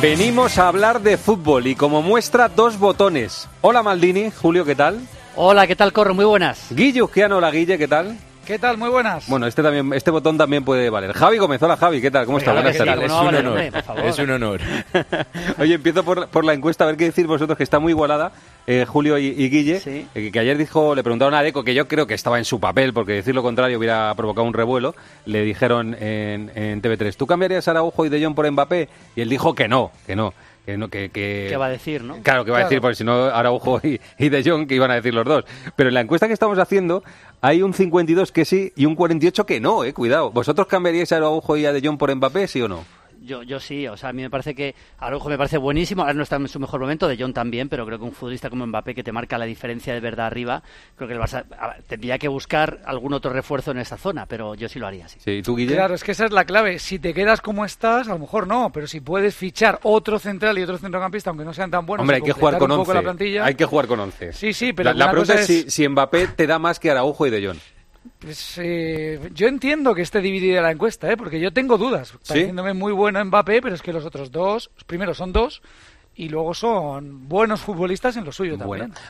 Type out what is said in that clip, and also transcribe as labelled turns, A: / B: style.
A: Venimos a hablar de fútbol y como muestra dos botones. Hola Maldini, Julio, ¿qué tal?
B: Hola, ¿qué tal, Corro? Muy buenas.
A: Guille Uzquiano, hola Guille, ¿qué tal?
C: ¿Qué tal? Muy buenas.
A: Bueno, este también, este botón también puede valer. Javi comenzó la Javi, ¿qué tal? ¿Cómo está?
B: Claro
A: Buenas
B: que sí,
A: tardes.
B: ¿cómo no va a valer, hombre? Por favor.
D: es un honor.
A: Oye, empiezo por, por la encuesta, a ver qué decís vosotros, que está muy igualada, eh, Julio y, y Guille,
B: Sí.
A: eh, que, que ayer dijo, le preguntaron a Deco, que yo creo que estaba en su papel, porque decir lo contrario hubiera provocado un revuelo, le dijeron en, en TV3, ¿tú cambiarías a Araujo y De Jong por Mbappé? Y él dijo que no, que no, que no, que... que-
B: ¿Qué va a decir, no?
A: Claro, que va a decir, porque si no, Araujo y, y De Jong, que iban a decir los dos. Pero en la encuesta que estamos haciendo, hay un 52 que sí y un 48 que no, eh, cuidado. ¿Vosotros cambiaríais a Araujo y a De Jong por Mbappé, sí o no?
B: Yo, yo sí, o sea, a mí me parece que Araujo me parece buenísimo, ahora no está en su mejor momento, De Jong también, pero creo que un futbolista como Mbappé que te marca la diferencia de verdad arriba, creo que el Barça a ver, tendría que buscar algún otro refuerzo en esa zona, pero yo sí lo haría, sí.
A: Sí, ¿y tú, Guille?
C: Claro, es que esa es la clave. Si te quedas como estás, a lo mejor no, pero si puedes fichar otro central y otro centrocampista, aunque no sean tan buenos,
A: Hombre, hay
C: y
A: que jugar
C: completar
A: con
C: un poco
A: 11.
C: la plantilla,
A: Hay que jugar con 11.
C: Sí, sí, pero
A: La, la
C: una
A: pregunta
C: cosa
A: es
C: es-
A: si, si Mbappé te da más que Araujo y De Jong.
C: pues, eh, yo entiendo que esté dividida la encuesta, ¿eh? porque yo tengo dudas. Pareciéndome muy bueno Mbappé, pero es que los otros dos, primero son dos, y luego son buenos futbolistas en lo suyo
A: Bueno.
C: también.